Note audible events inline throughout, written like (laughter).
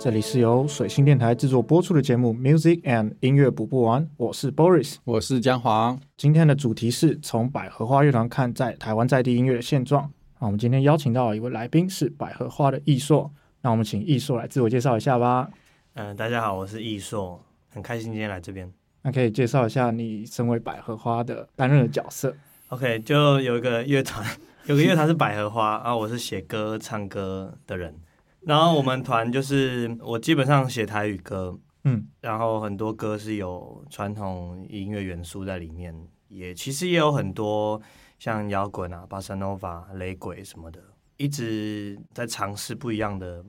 这里是由水星电台制作播出的节目《Music and 音乐补不完》，我是 Boris。我是姜黄，今天的主题是从百合花乐团看在台湾在地音乐的现状。那我们今天邀请到的一位来宾是百合花的易硕，那我们请易硕来自我介绍一下吧。嗯、大家好，我是易硕，很开心今天来这边。那可以介绍一下你身为百合花的担任的角色？ OK，就有一个乐团， (laughs) 有个乐团是百合花啊，我是写歌、唱歌的人。然后我们团就是我基本上写台语歌，嗯，然后很多歌是有传统音乐元素在里面，也其实也有很多像摇滚啊、巴塞诺瓦、雷鬼什么的，一直在尝试不一样的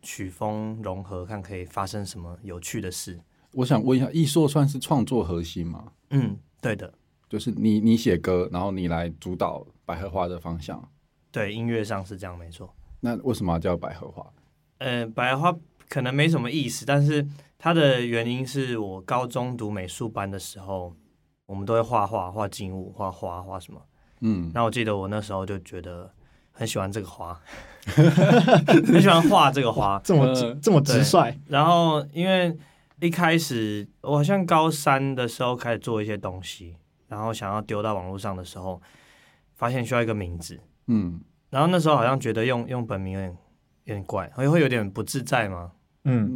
曲风融合，看可以发生什么有趣的事。我想问一下，艺硕算是创作核心吗？嗯，对的，就是你你写歌，然后你来主导百合花的方向，对，音乐上是这样，没错。那为什么要叫百合花？呃，百合花可能没什么意思，但是它的原因是我高中读美术班的时候，我们都会画画、画静物、画花、画什么。嗯，那我记得我那时候就觉得很喜欢这个花， (laughs) 很喜欢画这个花。这么直、呃这么直对率，然后因为一开始我好像高三的时候开始做一些东西，然后想要丢到网络上的时候，发现需要一个名字，嗯，然后那时候好像觉得用用本名有点有点怪，会会有点不自在嘛。嗯，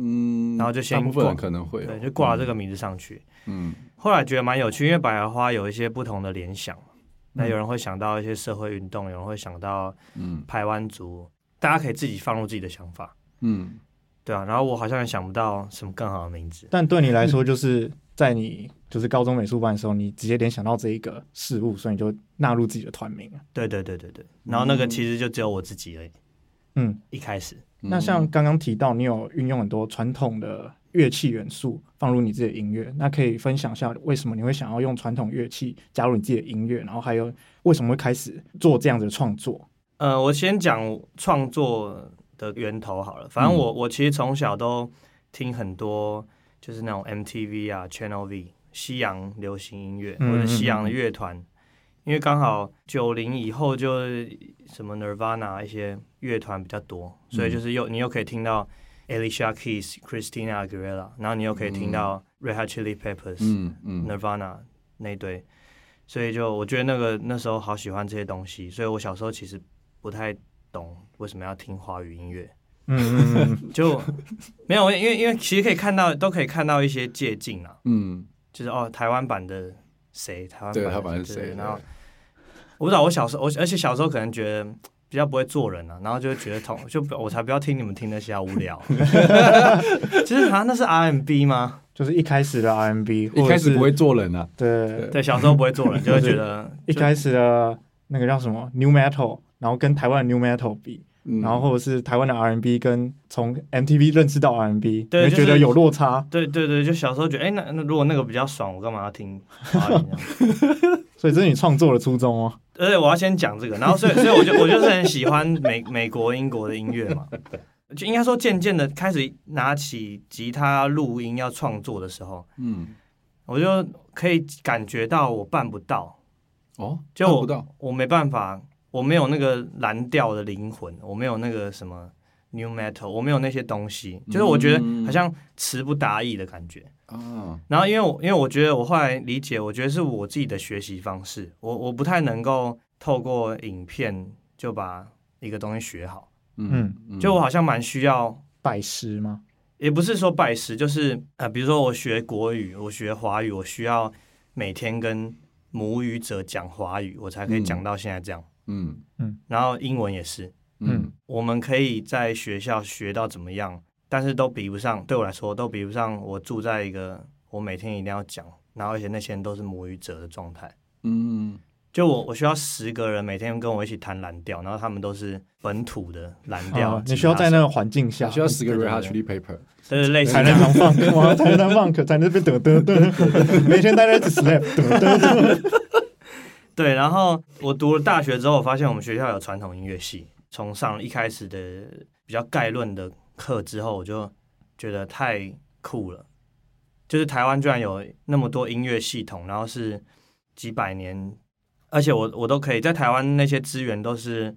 嗯，然后就先大部分人挂可能会对，有，就挂了这个名字上去。嗯后来觉得蛮有趣，因为百合花有一些不同的联想嘛。那有人会想到一些社会运动，有人会想到嗯排湾族，大家可以自己放入自己的想法，嗯，对啊。然后我好像也想不到什么更好的名字，但对你来说，就是在你就是高中美术班的时候，你直接联想到这一个事物，所以你就纳入自己的团名了。对对对对对。然后那个其实就只有我自己而已，嗯，一开始，那像刚刚提到，你有运用很多传统的乐器元素放入你自己的音乐，那可以分享一下为什么你会想要用传统乐器加入你自己的音乐，然后还有为什么会开始做这样子的创作？呃，我先讲创作的源头好了。嗯反正我、我其实从小都听很多，就是那种 MTV 啊、Channel V 西洋流行音乐嗯或者西洋的乐团，因为刚好九零以后就什么 Nirvana 一些乐团比较多，嗯所以就是又你又可以听到 Alicia Keys、Christina Aguilera，然后你又可以嗯听到 Red Hot Chili Peppers，、嗯嗯 Nirvana 那一堆，所以就我觉得那个那时候好喜欢这些东西，所以我小时候其实不太懂为什么要听华语音乐，嗯嗯嗯，就没有，因为因为其实可以看到都可以看到一些借镜啊，嗯，就是哦台湾版的谁，台湾版对，的他本来是对谁？然后我不知道我小时候，我而且小时候可能觉得。比较不会做人啊，然后就会觉得同就不我才不要听你们听那些啊，无聊。 (laughs) 其实啊，那是 RMB 吗？ (laughs) 就是一开始的 RMB，一开始不会做人啊，对，对，小时候不会做人，就会觉得呃 (laughs) 一开始的那个叫什么 New Metal，然后跟台湾的 New Metal 比，嗯然后或者是台湾的 R&B 跟从 MTV 认识到 R&B，你对会就是觉得有落差，对对对，就小时候觉得，哎、那那如果那个比较爽，我干嘛要听华语呢？所以这是你创作的初衷哦。而且我要先讲这个，然后所以所以我就我就是很喜欢美美国、英国的音乐 (laughs) 嘛，就应该说渐渐的开始拿起吉他录音要创作的时候，嗯我就可以感觉到我办不到，哦，就看不到，我没办法，我没有那个蓝调的灵魂，我没有那个什么 new metal，我没有那些东西，就是我觉得嗯好像词不达意的感觉。啊，然后因为我因为我觉得我后来理解，我觉得是我自己的学习方式，我我不太能够透过影片就把一个东西学好，嗯就我好像蛮需要。拜师吗？也不是说拜师，就是呃，比如说我学国语，我学华语，我需要每天跟母语者讲华语，我才可以嗯讲到现在这样。嗯然后英文也是，嗯我们可以在学校学到怎么样，但是都比不上，对我来说都比不上我住在一个我每天一定要讲，然后而且那些人都是母语者的状态。嗯就我我需要十个人每天跟我一起弹蓝调，然后他们都是本土的蓝调、啊你需要在那个环境嗯，下，需要十个 Red Hot 对 Chili Pepper，就是类似才这能样当 funk 吗？才能当 funk，才能被得得得，每天待在这 slap 得得得。对。然后我读了大学之后，我发现我们学校有传统音乐系，从上一开始的比较概论的课之后，我就觉得太酷了。就是台湾居然有那么多音乐系统，然后是几百年，而且我我都可以在台湾那些资源都是，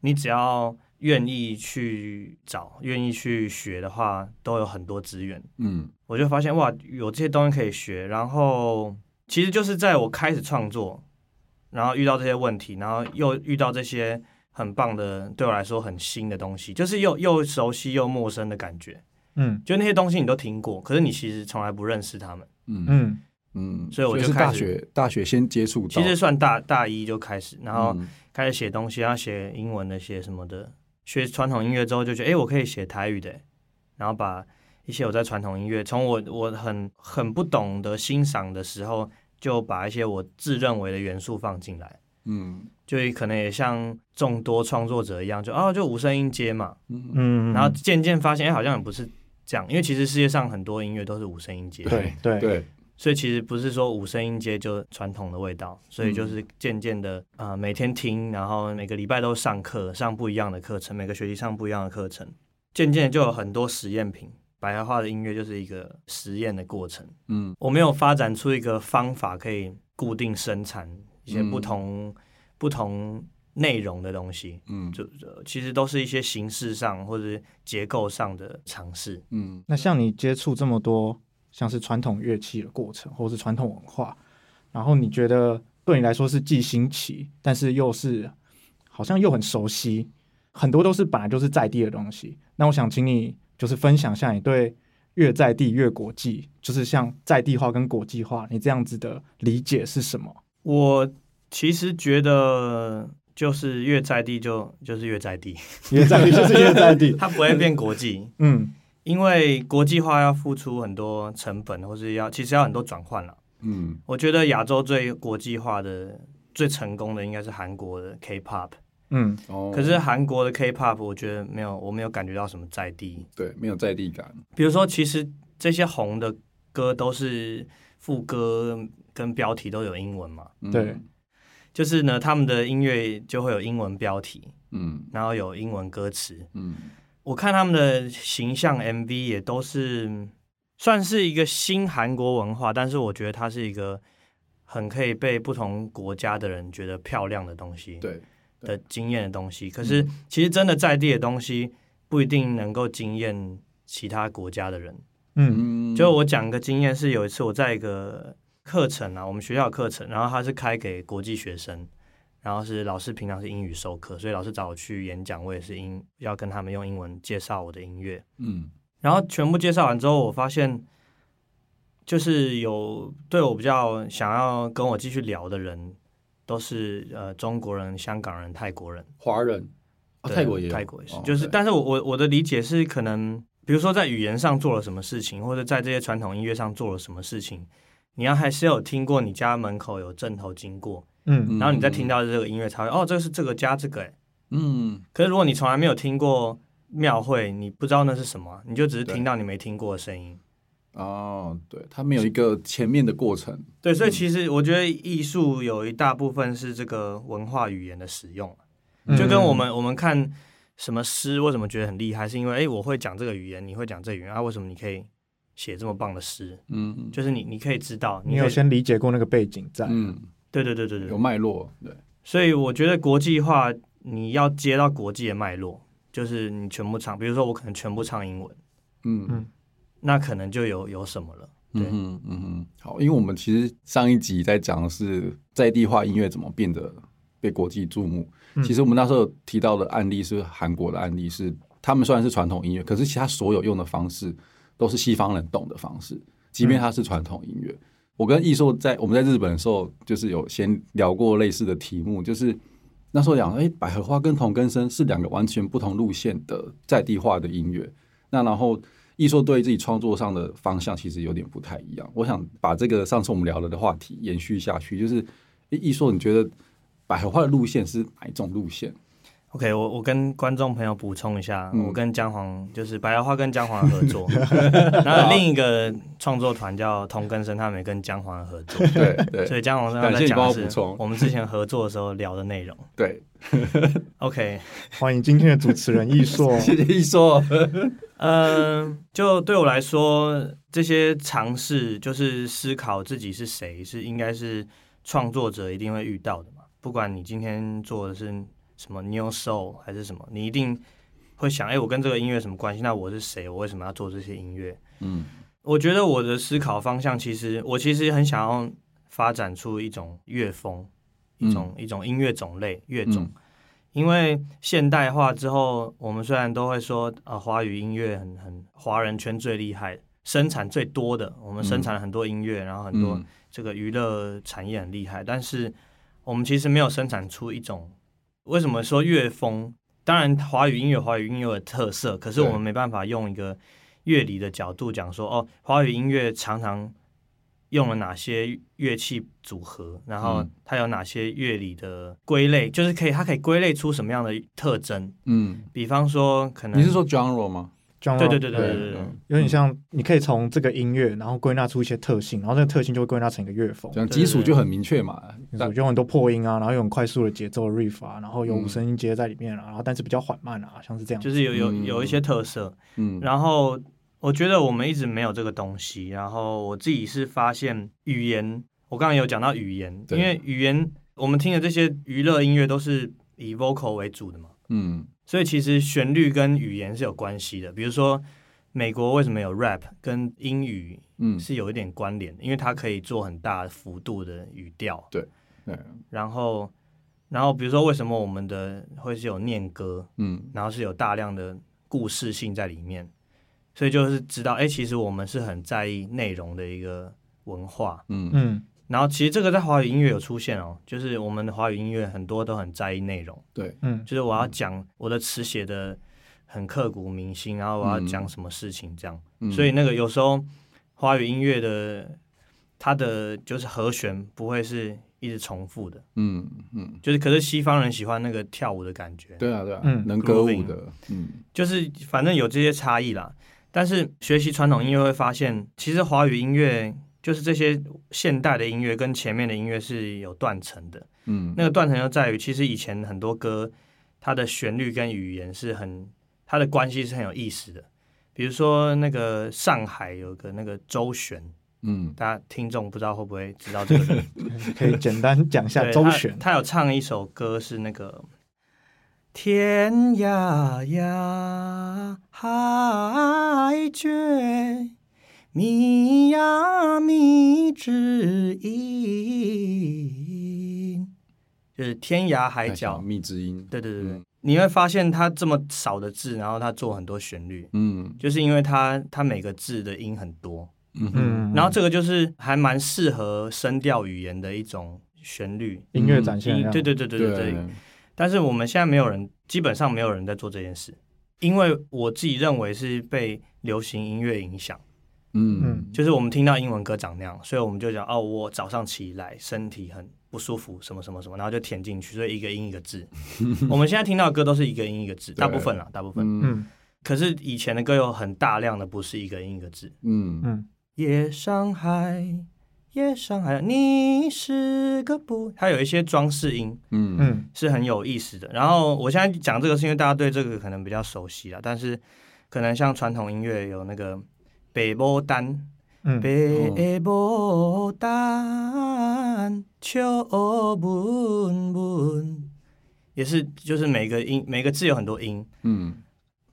你只要愿意去找、愿意去学的话，都有很多资源。嗯我就发现哇，有这些东西可以学。然后其实就是在我开始创作，然后遇到这些问题，然后又遇到这些很棒的，对我来说很新的东西，就是又又熟悉又陌生的感觉。嗯就那些东西你都听过，可是你其实从来不认识他们。嗯嗯嗯嗯，所以我就是大开始学大学先接触到，其实算大大一就开始，然后嗯开始写东西，然后写英文的，写什么的。学传统音乐之后就觉得，哎、我可以写台语的，然后把一些我在传统音乐，从我我很很不懂得欣赏的时候，就把一些我自认为的元素放进来，嗯就可能也像众多创作者一样，就哦，就无声音阶嘛，嗯嗯，嗯然后渐渐发现，哎、好像也不是这样，因为其实世界上很多音乐都是无声音阶，对对对，所以其实不是说五声音阶就传统的味道，所以就是渐渐的啊、呃每天听，然后每个礼拜都上课，上不一样的课程，每个学期上不一样的课程，渐渐就有很多实验品。白话的音乐就是一个实验的过程，嗯我没有发展出一个方法可以固定生产一些不同、不同内容的东西，嗯就就其实都是一些形式上或者是结构上的尝试。嗯那像你接触这么多像是传统乐器的过程，或是传统文化，然后你觉得对你来说是既新奇，但是又是好像又很熟悉，很多都是本来就是在地的东西。那我想请你就是分享一下你对越在地越国际，就是像在地化跟国际化，你这样子的理解是什么？我其实觉得，就是越在地就就是越在地，越在地就是越在地，它不会变国际，嗯因为国际化要付出很多成本，或是要其实要很多转换了。嗯我觉得亚洲最国际化的、最成功的应该是韩国的 K-pop，嗯哦，可是韩国的 K-pop 我觉得没有，我没有感觉到什么在地。对没有在地感，比如说，其实这些红的歌都是副歌跟标题都有英文嘛，嗯对就是呢，他们的音乐就会有英文标题，嗯然后有英文歌词。嗯我看他们的形象 MV 也都是算是一个新韩国文化，但是我觉得它是一个很可以被不同国家的人觉得漂亮的东西对的惊艳的东西。可是其实真的在地的东西不一定能够惊艳其他国家的人。嗯嗯就我讲个经验是，有一次我在一个课程啊，我们学校的课程，然后他是开给国际学生，然后是老师平常是英语授课，所以老师找我去演讲，我也是英要跟他们用英文介绍我的音乐。嗯然后全部介绍完之后，我发现就是有对我比较想要跟我继续聊的人，都是呃中国人、香港人、泰国人。华人啊对泰国也有泰国也是，哦就是，对但是我我我的理解是，可能比如说在语言上做了什么事情，或者在这些传统音乐上做了什么事情，你要还是有听过你家门口有阵头经过，嗯嗯然后你再听到这个音乐才会、哦，这是这个加这个哎。嗯可是如果你从来没有听过庙会，你不知道那是什么，你就只是听到你没听过的声音。哦，对，它没有一个前面的过程，对，所以其实我觉得艺术有一大部分是这个文化语言的使用。嗯就跟我们我们看什么诗，为什么觉得很厉害，是因为哎、诶我会讲这个语言，你会讲这个语言啊，为什么你可以写这么棒的诗？嗯就是你你可以知道，你可有以先理解过那个背景在，嗯对对对对有对，脉络，对，所以我觉得国际化你要接到国际的脉络，就是你全部唱，比如说我可能全部唱英文，嗯嗯那可能就有有什么了。对嗯哼嗯哼，好，因为我们其实上一集在讲的是在地化音乐怎么变得被国际注目。嗯其实我们那时候提到的案例是韩国的案例是，他们虽然是传统音乐，可是其他所有用的方式都是西方人懂的方式，即便它是传统音乐。我跟艺硕在我们在日本的时候，就是有先聊过类似的题目，就是那时候讲，哎、百合花跟同根生是两个完全不同路线的在地化的音乐。那然后艺术对自己创作上的方向其实有点不太一样。我想把这个上次我们聊了的话题延续下去，就是诶艺术，你觉得百合花的路线是哪一种路线？ OK，我我跟观众朋友补充一下，嗯我跟姜黄就是白花花跟姜黄合 (laughs) 作，然后另一个创作团叫同根生，他们也跟姜黄合作，对对所以姜黄生感谢在你帮讲我的补是充我们之前合作的时候聊的内容。对， (laughs) OK，欢迎今天的主持人易硕，谢谢艺术。嗯、就对我来说，这些尝试就是思考自己是谁，是应该是创作者一定会遇到的嘛。不管你今天做的是什么 New Soul 还是什么，你一定会想，哎、我跟这个音乐什么关系？那我是谁？我为什么要做这些音乐？嗯我觉得我的思考方向，其实我其实很想要发展出一种乐风，一种、嗯一种音乐种类乐种。因为现代化之后，我们虽然都会说，呃，华语音乐很很华人圈最厉害，生产最多的，我们生产了很多音乐，然后很多嗯这个娱乐产业很厉害，但是我们其实没有生产出一种为什么说乐风？当然，华语音乐有华语音乐的特色，可是对我们没办法用一个乐理的角度讲说，哦，华语音乐常常用了哪些乐器组合，然后嗯它有哪些乐理的归类，就是可以它可以归类出什么样的特征？嗯，比方说，可能你是说嗯 genre 吗？ genre 对对对对对对对对，有点像你可以从这个音乐，然后归纳出一些特性，然后这个特性就会归纳成一个乐风。讲基础就很明确嘛，我但就有很多破音啊，然后有很快速的节奏 riff 啊，然后有嗯五声音阶在里面啊，然后但是比较缓慢啊，像是这样。就是有有嗯有一些特色，嗯然后我觉得我们一直没有这个东西。然后我自己是发现语言，我刚刚有讲到语言，因对为语言我们听的这些娱乐音乐都是以 vocal 为主的嘛，嗯所以其实旋律跟语言是有关系的。比如说美国为什么有 rap 跟英语嗯，是有一点关联的，因为它可以做很大幅度的语调。对，然后，然后比如说为什么我们的会是有念歌，嗯然后是有大量的故事性在里面，所以就是知道，哎、其实我们是很在意内容的一个文化。嗯嗯，然后其实这个在华语音乐有出现哦，就是我们的华语音乐很多都很在意内容，对，嗯，就是我要讲我的词写的很刻骨铭心，然后我要讲什么事情这样。嗯所以那个有时候华语音乐的它的就是和弦不会是一直重复的，嗯嗯，就是可是西方人喜欢那个跳舞的感觉，对啊对啊，嗯能歌舞的，嗯就是反正有这些差异啦。但是学习传统音乐会发现，其实华语音乐就是这些现代的音乐跟前面的音乐是有断层的。嗯那个断层就在于，其实以前很多歌它的旋律跟语言是很它的关系是很有意思的。比如说那个上海有个那个周璇，嗯大家听众不知道会不会知道这个人？可以简单讲一下对周他旋。他有唱一首歌是那个天涯呀，海角，迷呀迷之音，就是天涯海太小角。蜜之音，对对对对嗯，你会发现他这么少的字，然后他做很多旋律，嗯就是因为他他每个字的音很多。嗯哼嗯，然后这个就是还蛮适合声调语言的一种旋律。音乐展现音量，对对对对对对。但是我们现在没有人，基本上没有人在做这件事，因为我自己认为是被流行音乐影响，嗯就是我们听到英文歌长那样，所以我们就讲哦，我早上起来身体很不舒服，什么什么什么，然后就填进去，所以一个音一个字。我们现在听到的歌都是一个音一个字，对大部分啦，大部分。嗯嗯可是以前的歌有很大量的不是一个音一个字，嗯嗯夜上海，夜上海，你是个不，它有一些装饰音，嗯嗯嗯是很有意思的。然后我现在讲这个是因为大家对这个可能比较熟悉了，但是可能像传统音乐有那个北波丹，嗯，北波丹秋文文，也是就是每个音每个字有很多音。嗯，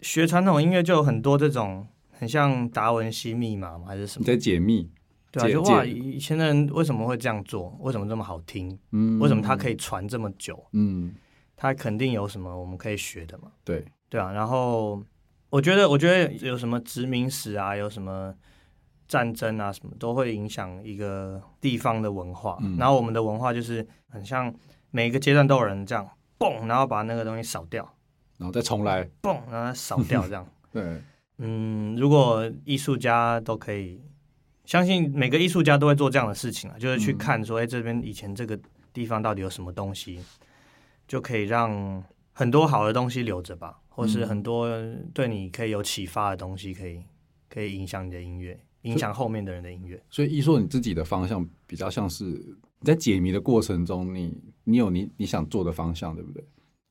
学传统音乐就有很多这种很像达文西密码嘛还是什你么？在解密，对啊，解就哇，解以前的人为什么会这样做？为什么这么好听？嗯，为什么它可以传这么久？嗯，它肯定有什么我们可以学的嘛。对，对啊，然后我觉得，我觉得有什么殖民史啊，有什么战争啊，什么都会影响一个地方的文化。嗯然后我们的文化就是很像每一个阶段都有人这样蹦，然后把那个东西扫掉，然后再重来，蹦，然后它扫掉这样。对，嗯，如果艺术家都可以，相信每个艺术家都会做这样的事情啊，就是去嗯看说，哎、这边以前这个地方到底有什么东西，就可以让很多好的东西留着吧，或是嗯很多对你可以有启发的东西，可以可以影响你的音乐，影响后面的人的音乐。所以艺术你自己的方向比较像是你在解谜的过程中，你你有你你想做的方向，对不对？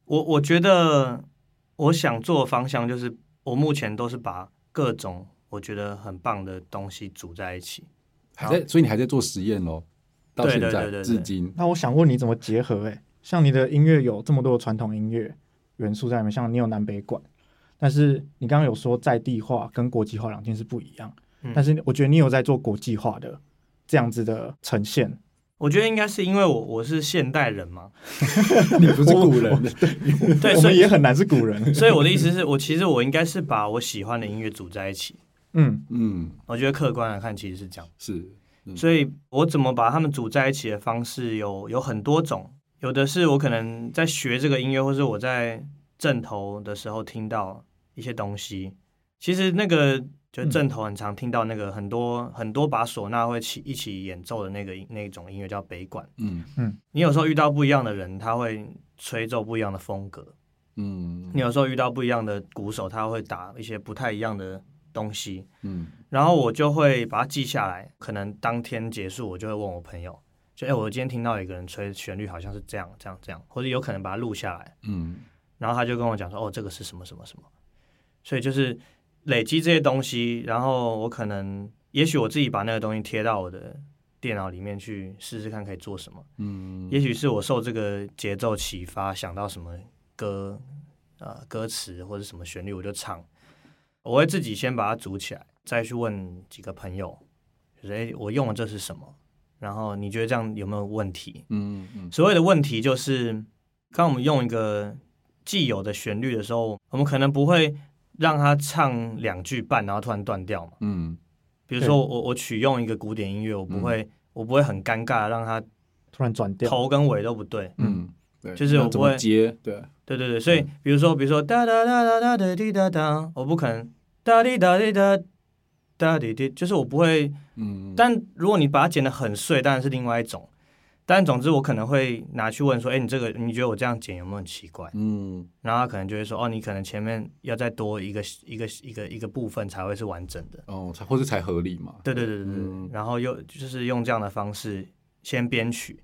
我我觉得我想做的方向就是，我目前都是把各种我觉得很棒的东西组在一起。还在，所以你还在做实验喽，到对现对对对在对至今，那我想问你怎么结合？哎，像你的音乐有这么多的传统音乐元素在里面，像你有南北管，但是你刚刚有说在地化跟国际化两件事不一样，嗯但是我觉得你有在做国际化的这样子的呈现，我觉得应该是因为我我是现代人嘛，你不是古人，对，我所们以也很难是古 (laughs) (laughs) 人，所以我的意思是我其实我应该是把我喜欢的音乐组在一起。嗯 (laughs) 嗯，我觉得客观来看其实是这样，是嗯所以我怎么把它们组在一起的方式有有很多种，有的是我可能在学这个音乐，或是我在正头的时候听到一些东西。其实那个就嗯正头很常听到那个很多、很多把唢呐会起一起演奏的那个那种音乐叫北管。嗯你有时候遇到不一样的人，他会吹奏不一样的风格。嗯你有时候遇到不一样的鼓手，他会打一些不太一样的东西，嗯然后我就会把它记下来。可能当天结束，我就会问我朋友，就哎、诶我今天听到有一个人吹旋律好像是这样这样这样，或者有可能把它录下来，嗯然后他就跟我讲说，哦，这个是什么什么什么。所以就是累积这些东西，然后我可能也许我自己把那个东西贴到我的电脑里面去试试看可以做什么。嗯，也许是我受这个节奏启发，想到什么歌，呃，歌词或者什么旋律，我就唱。我会自己先把它组起来，再去问几个朋友，就是诶我用的这是什么？然后你觉得这样有没有问题？嗯嗯所谓的问题就是，刚刚我们用一个既有的旋律的时候，我们可能不会让它唱两句半，然后突然断掉嘛。嗯比如说我我取用一个古典音乐，我不会、我不会很尴尬，让它突然转调，头跟尾都不对。嗯，对，就是我那怎不么会接？对，对对对，所以比如说，比如说哒哒哒哒哒哒滴哒哒，我不可能哒滴哒滴哒哒滴滴，就是我不会。嗯，但如果你把它剪得很碎，当然是另外一种。但总之，我可能会拿去问说，哎，你这个你觉得我这样剪有没有很奇怪？嗯然后他可能就会说，哦，你可能前面要再多一个一个一个一个部分才会是完整的。哦，才或是才合理嘛。对对对对对，嗯然后又就是用这样的方式先编曲，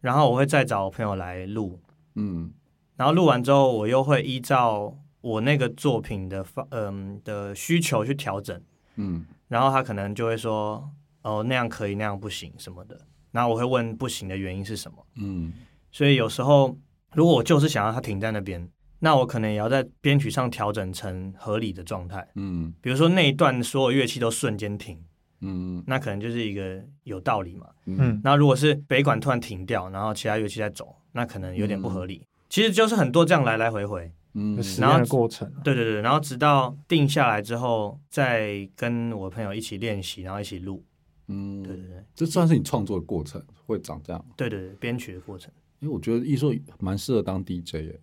然后我会再找我朋友来录，嗯然后录完之后，我又会依照我那个作品的方嗯的需求去调整，嗯然后他可能就会说哦那样可以，那样不行什么的，然后我会问不行的原因是什么。嗯所以有时候如果我就是想要它停在那边，那我可能也要在编曲上调整成合理的状态。嗯比如说那一段所有乐器都瞬间停，嗯那可能就是一个有道理嘛。嗯那如果是北管突然停掉，然后其他乐器在走，那可能有点不合理。其实就是很多这样来来回回。嗯有实然后验的过程，对对对，然后直到定下来之后，再跟我朋友一起练习，然后一起录。嗯，对对对这算是你创作的过程，会长这样。对对对，编曲的过程。因为我觉得艺术蛮适合当 DJ 耶。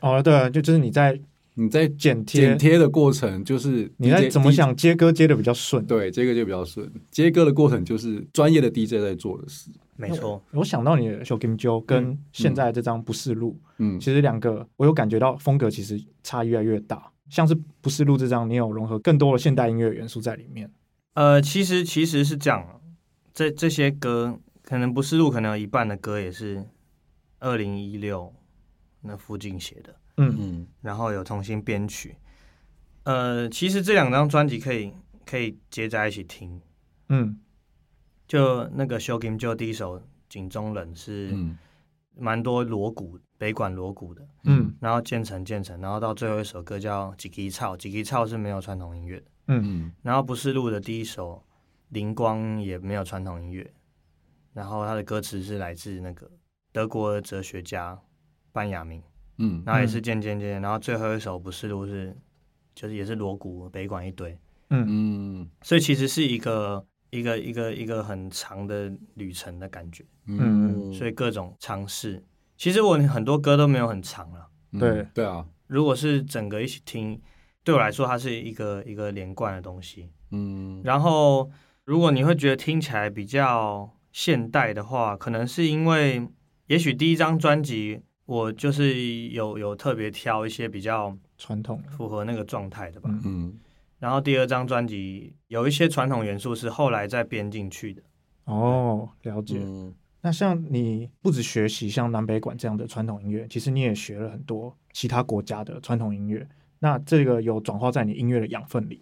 哦，对，就就是你在你在剪剪贴，贴的过程，就是你在 DJ 怎么？想接歌接的比较顺，对，这个就比较顺。接歌的过程就是专业的 DJ 在做的事。没错，我想到你的《小 Game Joe》跟现在这张《不是路》嗯其实两个我有感觉到风格其实差异越来越大。像是《不是路》这张，你有融合更多的现代音乐元素在里面。呃，其实其实是这样，啊这这些歌可能不是录，可能有一半的歌也是二零一六那附近写的，嗯，嗯然后有重新编曲。呃，其实这两张专辑可以可以接在一起听，嗯就那个《s h o w Game》就第一首《井中人》是嗯蛮多锣鼓北管锣鼓的。嗯然后建成建成，然后到最后一首歌叫《几吉操》，几吉操是没有传统音乐的。嗯，嗯然后不是录的第一首《灵光》也没有传统音乐，然后它的歌词是来自那个德国哲学家班雅明，嗯然后也是渐渐渐，然后最后一首不是录是就是也是锣鼓北管一堆，嗯所以其实是一个一个一个一个很长的旅程的感觉，嗯所以各种尝试。其实我很多歌都没有很长了。嗯对对啊，如果是整个一起听，对我来说它是一个一个连贯的东西。嗯然后，如果你会觉得听起来比较现代的话，可能是因为，也许第一张专辑我就是有有特别挑一些比较传统符合那个状态的吧。嗯嗯然后第二张专辑有一些传统元素是后来再编进去的。哦，了解。嗯那像你不止学习像南北管这样的传统音乐，其实你也学了很多其他国家的传统音乐。那这个有转化在你音乐的养分里。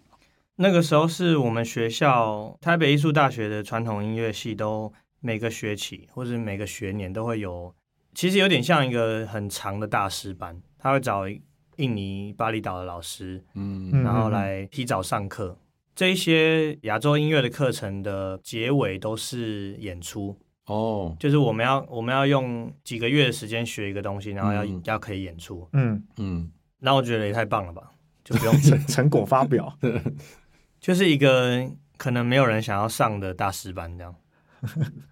那个时候是我们学校台北艺术大学的传统音乐系都每个学期或者每个学年都会有其实有点像一个很长的大师班，他会找印尼巴厘岛的老师，嗯，然后来提早上课。这一些亚洲音乐的课程的结尾都是演出，哦，就是我们要我们要用几个月的时间学一个东西，然后要、嗯要可以演出。嗯，嗯，那我觉得也太棒了吧，就不用 (laughs) 成成果发表， (laughs) 就是一个可能没有人想要上的大师班这样。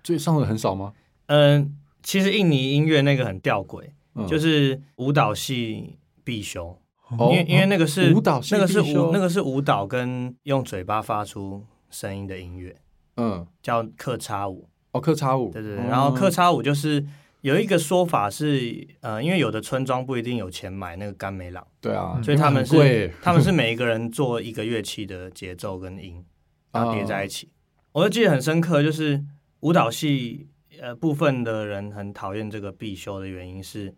所以上的很少吗？嗯，其实印尼音乐那个很吊诡，嗯就是舞蹈系必修，哦因为因为那个是舞蹈系那个是必舞修那个是舞蹈跟用嘴巴发出声音的音乐，嗯，叫客叉舞。哦，课差舞，对对哦对，然后客叉舞就是有一个说法是，呃，因为有的村庄不一定有钱买那个甘梅朗，对啊，嗯所以他们因为很是贵他们是每一个人做一个乐器的节奏跟音，然后叠在一起。我就记得很深刻，就是舞蹈系呃部分的人很讨厌这个必修的原因是，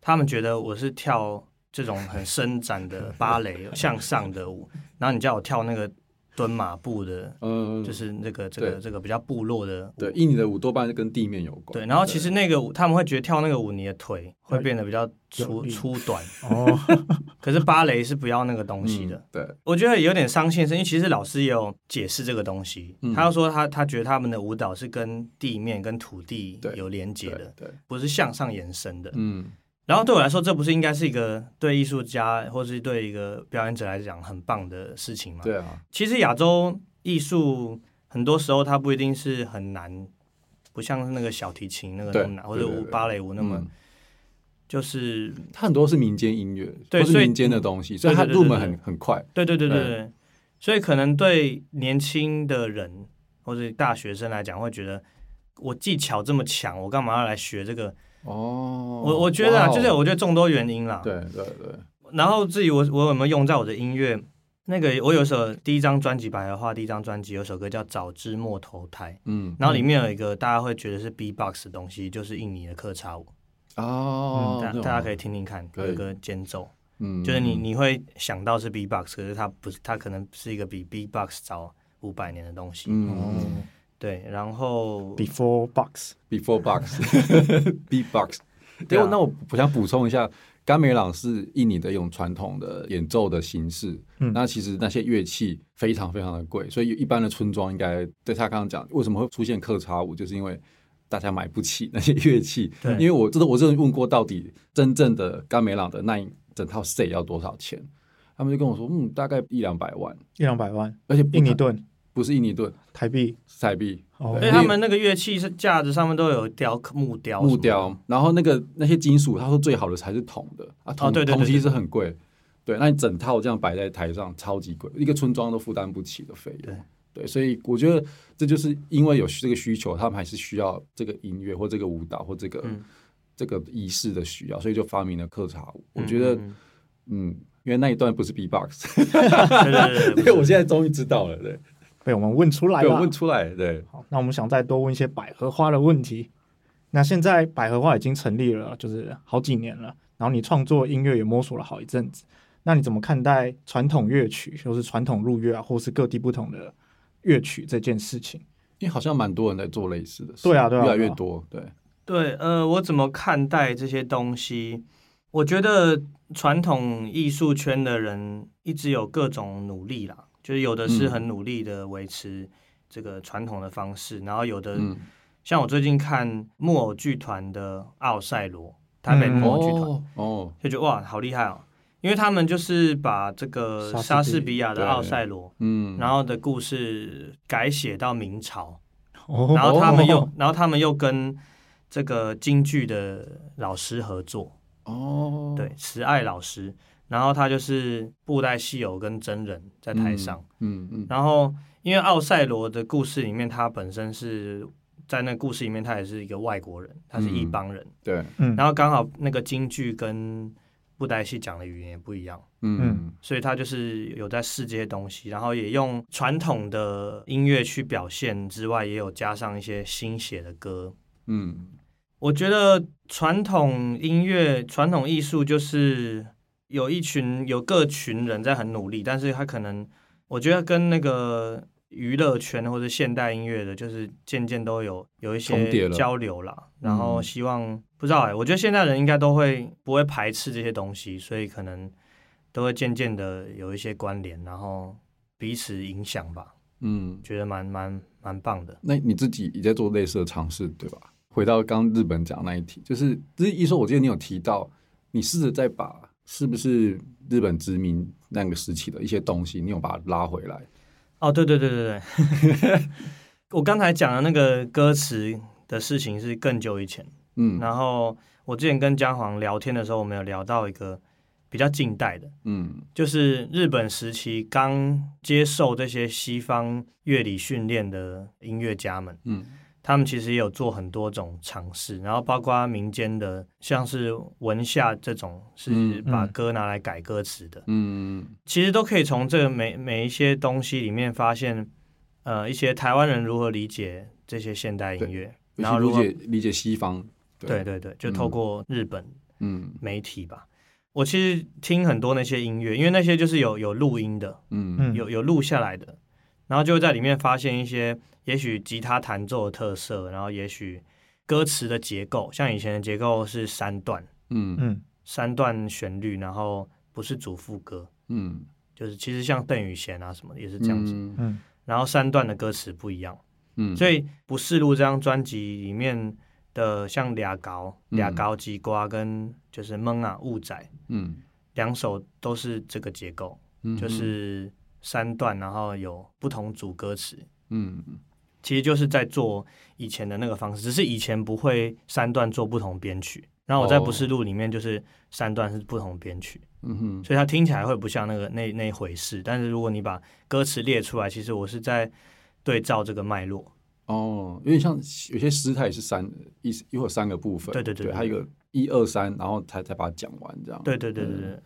他们觉得我是跳这种很伸展的芭蕾向上的舞，然后你叫我跳那个蹲马步的，嗯，就是是那个这个对这个比较部落的舞对印尼的舞多半是跟地面有关，对，然后其实那个舞他们会觉得跳那个舞，你的腿哎会变得比较有粗力粗短，哦，可是芭蕾是不要那个东西嗯的。对，我觉得有点伤心，是因为其实老师也有解释这个东西，嗯他说他他觉得他们的舞蹈是跟地面跟土地对有连接对的，对，不是向上延伸的。嗯然后对我来说，这不是应该是一个对艺术家或是对一个表演者来讲很棒的事情吗？对啊，其实亚洲艺术很多时候它不一定是很难，不像是那个小提琴那个对那么难，或者对对舞对芭蕾舞那么嗯就是它很多是民间音乐，对都是所以民间的东西，所以它对对对入门对很很快。对对对对对对，所以可能对年轻的人或者大学生来讲，会觉得我技巧这么强，我干嘛要来学这个？哦，我我觉得、啊、哇哦就是我觉得众多原因啦。对对对，然后至于我我有没有用在我的音乐，那个我有一首第一张专辑《百合花》第一张专辑有首歌叫《早知莫投胎》，嗯然后里面有一个大家会觉得是 B-box 的东西，就是印尼的客叉舞，哦，嗯大这种大家可以听听看，可以有一个间奏，嗯，就是你你会想到是 B-box，可是它不是，它可能是一个比 B-box 早五百年的东西。嗯哦嗯对，然后 Before Box，(laughs)，before box b box，对对啊，那我我想补充一下，甘美朗是印尼的一种传统的演奏的形式。嗯那其实那些乐器非常非常的贵，所以一般的村庄应该对他刚刚讲，为什么会出现客差舞，就是因为。大家买不起那些乐器，对因为我真的我真的问过，到底真正的甘美朗的那一整套 set 要多少钱？他们就跟我说，嗯，大概一两百万，一两百万而且不印尼盾不是印尼盾，台币，是台币，哦对因为他们那个乐器是架子上面都有雕刻木雕，木，雕，然后那个那些金属，他说最好的才是铜的啊，铜、对对对铜其对实很贵，对，那你整套这样摆在台上超级贵，一个村庄都负担不起的费用。对，所以我觉得这就是因为有这个需求，他们还是需要这个音乐或这个舞蹈或这个、嗯这个仪式的需要，所以就发明了客茶舞。我嗯觉得，嗯嗯，因为那一段不是 B-box，嗯对对对对 (laughs) 对，我现在终于知道了， (laughs) 对，被我们问出来被我了问。出来，对，好，那我们想再多问一些百合花的问题。那现在百合花已经成立了，就是好几年了。然后你创作音乐也摸索了好一阵子，那你怎么看待传统乐曲，就是传统入乐啊，或是各地不同的乐曲这件事情？因为好像蛮多人在做类似的事，对啊对啊越来对啊越多，对，对，呃，我怎么看待这些东西？我觉得传统艺术圈的人一直有各种努力啦，就是有的是嗯很努力的维持这个传统的方式，然后有的嗯，像我最近看木偶剧团的奥赛罗，台北嗯木偶剧团，哦哦，就觉得哇，好厉害哦！因为他们就是把这个莎士比莎士比亚的对《奥赛罗》，嗯，然后的故事改写到明朝，哦 (laughs) 然后他们又哦，然后他们又跟这个京剧的老师合作，哦，对，慈爱老师，然后他就是布袋戏偶跟真人在台上，嗯，嗯嗯，然后因为《奥赛罗》的故事里面，他本身是在那故事里面，他也是一个外国人，他是一嗯帮人，对，嗯，然后刚好那个京剧跟布袋戏讲的语言也不一样。嗯所以他就是有在试这些东西，然后也用传统的音乐去表现之外，也有加上一些新写的歌。嗯我觉得传统音乐、传统艺术就是有一群有各群人在很努力，但是他可能我觉得跟那个娱乐圈或者现代音乐的，就是渐渐都有有一重叠些了交流啦。然后嗯希望不知道哎、我觉得现代人应该都会不会排斥这些东西，所以可能都会渐渐的有一些关联，然后彼此影响吧。嗯，觉得蛮蛮蛮棒的。那你自己也在做类似的尝试，对吧？回到刚日本讲那一题，就是日一说，我记得你有提到，你试着再把是不是日本殖民那个时期的一些东西，你有把它拉回来。哦，对对对对对， (laughs) 我刚才讲的那个歌词的事情是更久以前。嗯然后我之前跟姜黄聊天的时候，我们有聊到一个比较近代的，嗯就是日本时期刚接受这些西方乐理训练的音乐家们，嗯他们其实也有做很多种尝试，然后包括民间的，像是文夏这种是嗯嗯把歌拿来改歌词的，嗯其实都可以从这个每每一些东西里面发现，呃，一些台湾人如何理解这些现代音乐，嗯，然后尤如其何理解理解西方，对对对，就透过日本嗯媒体吧。我其实听很多那些音乐，因为那些就是有有录音的，嗯有有录下来的，然后就会在里面发现一些，也许吉他弹奏的特色，然后也许歌词的结构，像以前的结构是三段，嗯嗯三段旋律，然后不是主副歌，嗯，就是其实像邓宇贤啊什么的也是这样子，嗯嗯然后三段的歌词不一样。嗯，所以《不是路》这张专辑里面的像俩高、嗯俩高吉瓜跟就是蒙啊雾仔嗯两首都是这个结构，嗯就是三段，然后有不同组歌词，嗯嗯其实就是在做以前的那个方式，只是以前不会三段做不同编曲。然后我在《哦不是路》里面就是三段是不同编曲，嗯哼所以它听起来会不像那个那那一回事。但是如果你把歌词列出来，其实我是在对照这个脉络。哦，有点像有些诗，它也是三一一会有三个部分，对对对对它有一个一二三，然后才才把它讲完这样。对对对对对。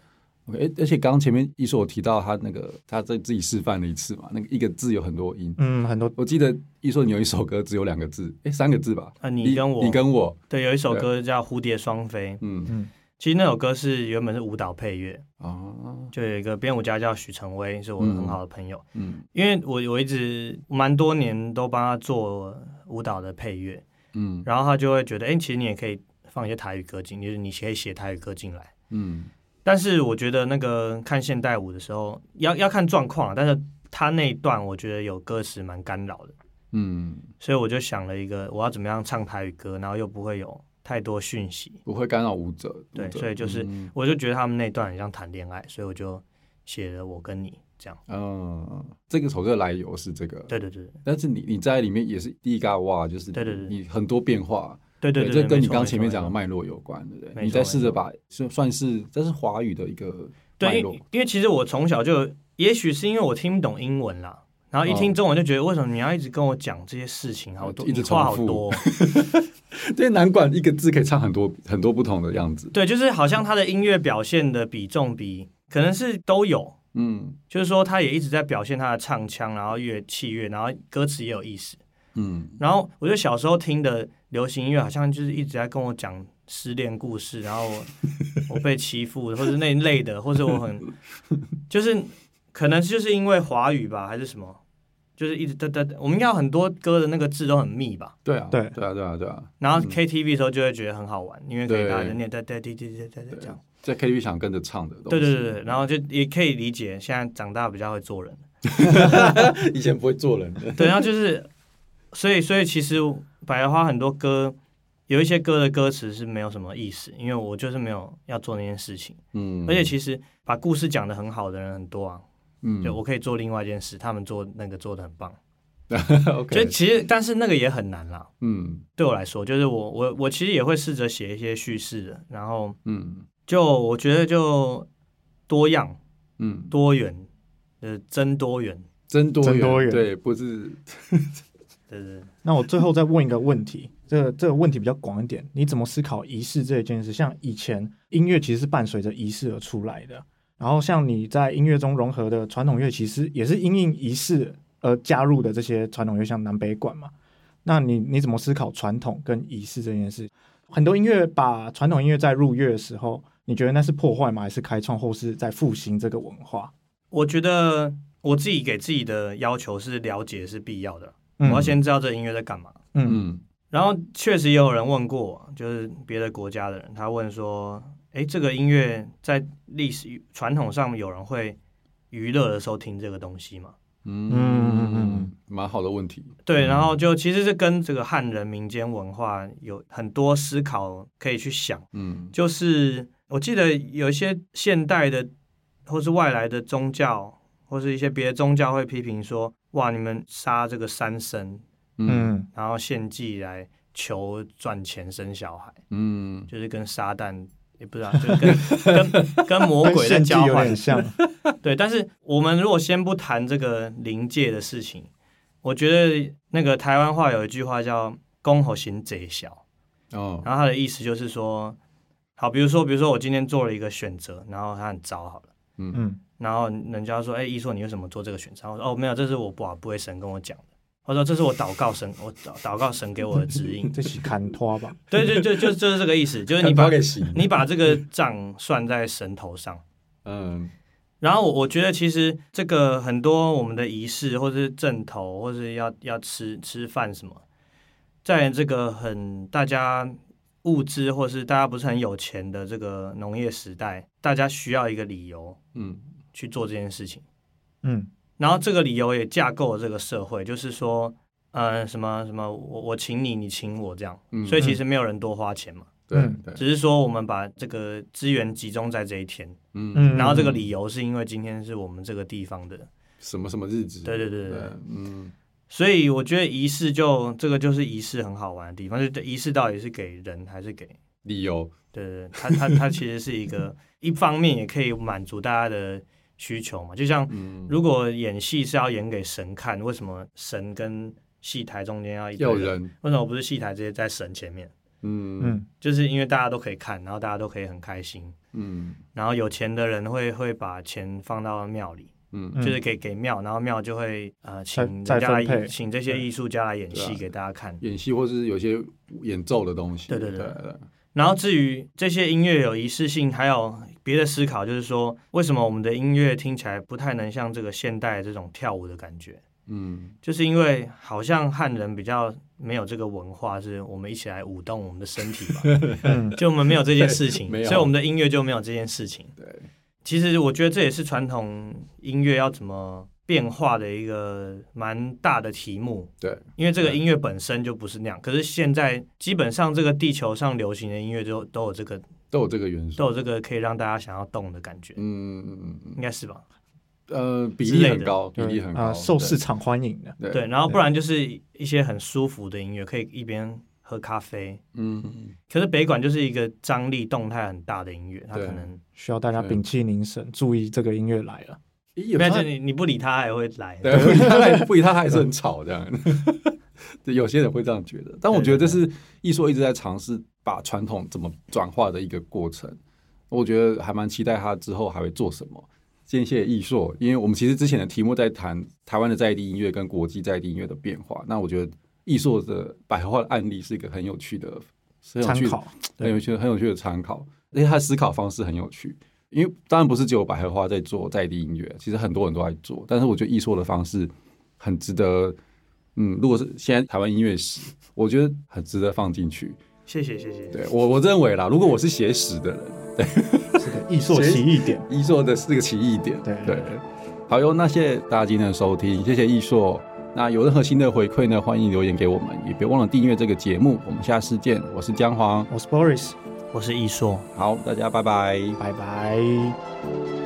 OK，诶而且刚刚前面一说我提到他那个他在自己示范了一次嘛，那个一个字有很多音，嗯，很多我记得一说你有一首歌只有两个字，哎，三个字吧？啊你跟我你跟我，对，有一首歌叫《蝴蝶双飞》，嗯其实那首歌是原本是舞蹈配乐，啊，就有一个编舞家叫许成威，是我嗯很好的朋友，嗯因为我我一直蛮多年都帮他做舞蹈的配乐，嗯然后他就会觉得，哎、其实你也可以放一些台语歌进，就是你可以写台语歌进来。嗯但是我觉得那个看现代舞的时候，要要看状况啊，但是他那一段我觉得有歌词蛮干扰的，嗯，所以我就想了一个我要怎么样唱台语歌，然后又不会有太多讯息。不会干扰舞者，对舞者所以就是嗯我就觉得他们那段很像谈恋爱，所以我就写了我跟你这样。嗯，这个首歌来由是这个，对对对但是你你在里面也是第一嘎哇，就是对对对你很多变化，对对这跟你没错刚刚前面讲的没错脉络有关，对不没对？错你再试着把算算是这是华语的一个脉对，因络 (laughs) 为，因为其实我从小就，也许是因为我听不懂英文啦，然后一听中文就觉得为什么你要一直跟我讲这些事情，好多哦一直你话好重复多，对，难管一个字可以唱很多很多不同的样子。对，就是好像他的音乐表现的比重比可能是都有。嗯就是说，他也一直在表现他的唱腔，然后乐器乐，然后歌词也有意思。嗯然后我就小时候听的流行音乐，好像就是一直在跟我讲失恋故事，然后我我被欺负，或者那一类的，或者我 (laughs) 很就是可能就是因为华语吧，还是什么，就是一直哒哒，哒我们应该有很多歌的那个字都很密吧。对啊，对对啊，对啊，对啊，然后嗯 KTV 的时候就会觉得很好玩，因为可以对大家就念哒哒滴滴滴哒哒这样。在 KTV 想跟着唱的东西，对对对对，然后就也可以理解，现在长大比较会做人。对， (laughs) 以前不会做人 (laughs) 的，对，然后就是，所以所以其实百合花很多歌，有一些歌的歌词是没有什么意思，因为我就是没有要做那件事情。嗯而且其实把故事讲得很好的人很多啊，嗯就我可以做另外一件事，他们做那个做的很棒。就 OK，其实但是那个也很难啦，嗯对我来说，就是我我我其实也会试着写一些叙事的，然后嗯就我觉得就多样嗯，多元，呃，真多元，真多真多元对，不是对对对。那我最后再问一个问题，这个这个问题比较广一点，你怎么思考仪式这一件事？像以前音乐其实是伴随着仪式而出来的，然后像你在音乐中融合的传统乐，其实也是因应仪式而加入的这些传统乐，像南北管嘛。那你你怎么思考传统跟仪式这件事？很多音乐把传统音乐在入乐的时候，你觉得那是破坏吗？还是开创或是在复兴这个文化？我觉得我自己给自己的要求是了解是必要的，嗯我要先知道这个音乐在干嘛。嗯嗯然后确实也有人问过我，就是别的国家的人，他问说：“哎，这个音乐在历史传统上有人会娱乐的时候听这个东西吗嗯嗯嗯，蛮好的问题。？”对，嗯然后就其实是跟这个汉人民间文化有很多思考可以去想。嗯就是我记得有一些现代的或是外来的宗教，或是一些别的宗教会批评说：“哇，你们杀这个三牲，嗯嗯然后献祭来求赚钱生小孩。”嗯，就是跟撒旦也不知道，就是跟跟 (laughs) 跟魔鬼在跟献祭交有换点。像，对，但是我们如果先不谈这个灵界的事情，我觉得那个台湾话有一句话叫“公吼行贼小哦”，，然后它的意思就是说，好，比如说，比如说我今天做了一个选择，然后它很糟，好了。嗯然后人家说：“哎、一硕，你为什么做这个选择？”我说：“哦，没有，这是我不不会神跟我讲的。”我说：“这是我祷告神，我祷祷告神给我的指引。”这是砍拖吧，(laughs) 对对对，就就是这个意思，就是你把给洗，你把这个账算在神头上。嗯然后我我觉得其实这个很多我们的仪式，或是正头，或是要要吃吃饭什么，在这个很大家物资或是大家不是很有钱的这个农业时代，大家需要一个理由嗯去做这件事情。嗯然后这个理由也架构了这个社会，就是说，呃，什么什么，我我请你，你请我这样，嗯，所以其实没有人多花钱嘛，对嗯对，只是说我们把这个资源集中在这一天。嗯嗯，然后这个理由是因为今天是我们这个地方的，什么什么日子，对对对对对，嗯所以我觉得仪式就这个就是仪式很好玩的地方，就是仪式到底是给人还是给，理由，对对对，它它它其实是一 (laughs) 个一方面也可以满足大家的需求嘛，就像嗯，如果演戏是要演给神看，为什么神跟戏台中间要一堆要？人，为什么不是戏台直接在神前面？嗯嗯就是因为大家都可以看，然后大家都可以很开心，嗯然后有钱的人会会把钱放到庙里。嗯嗯就是给给庙，然后庙就会呃请人再家来分配请这些艺术家来演对戏啊给大家看。演戏或是有些演奏的东西，对对对对然后至于这些音乐有仪式性，还有别的思考，就是说为什么我们的音乐听起来不太能像这个现代这种跳舞的感觉，嗯就是因为好像汉人比较没有这个文化，是我们一起来舞动我们的身体 (laughs) 吧， (laughs) 嗯就我们没有这件事情对 (laughs) 没，有所以我们的音乐就没有这件事情。对，其实我觉得这也是传统音乐要怎么变化的一个蛮大的题目。对，因为这个音乐本身就不是那样，可是现在基本上这个地球上流行的音乐就都有这个都有这个元素，都有这个可以让大家想要动的感觉，嗯嗯嗯嗯应该是吧？呃，比之例类很的高，比例对很高，啊，受对市场欢迎啊的，对对，然后不然就是一些很舒服的音乐，可以一边喝咖啡。嗯，可是北管就是一个张力动态很大的音乐，它对可能，需要大家对摒弃凝神，注意这个音乐来了。咦有但他是你你不理它，它也会来。对，不理他还不理他还是很吵这样。 (laughs) 对，有些人会这样觉得，但我觉得这是艺术一直在尝试把传统怎么转化的一个过程。我觉得还蛮期待他之后还会做什么。先谢谢艺硕，因为我们其实之前的题目在谈台湾的在地音乐跟国际在地音乐的变化。那我觉得艺硕的百合花的案例是一个很有趣的、是很有参趣的考，对很有趣、很有趣的参考，而且他的思考方式很有趣。因为当然不是只有百合花在做在地音乐，其实很多人都在做，但是我觉得艺硕的方式很值得。嗯，如果是现在台湾音乐史，我觉得很值得放进去。谢谢谢谢。对我我认为啦，如果我是写史的人，这个艺术奇异点。艺硕的是个奇异点。对对，好哟，那谢谢大家今天的收听，谢谢艺硕。那有任何新的回馈呢，欢迎留言给我们，也别忘了订阅这个节目。我们下次见，我是姜黄，我是 Boris，我是艺硕。好，大家拜拜。拜拜。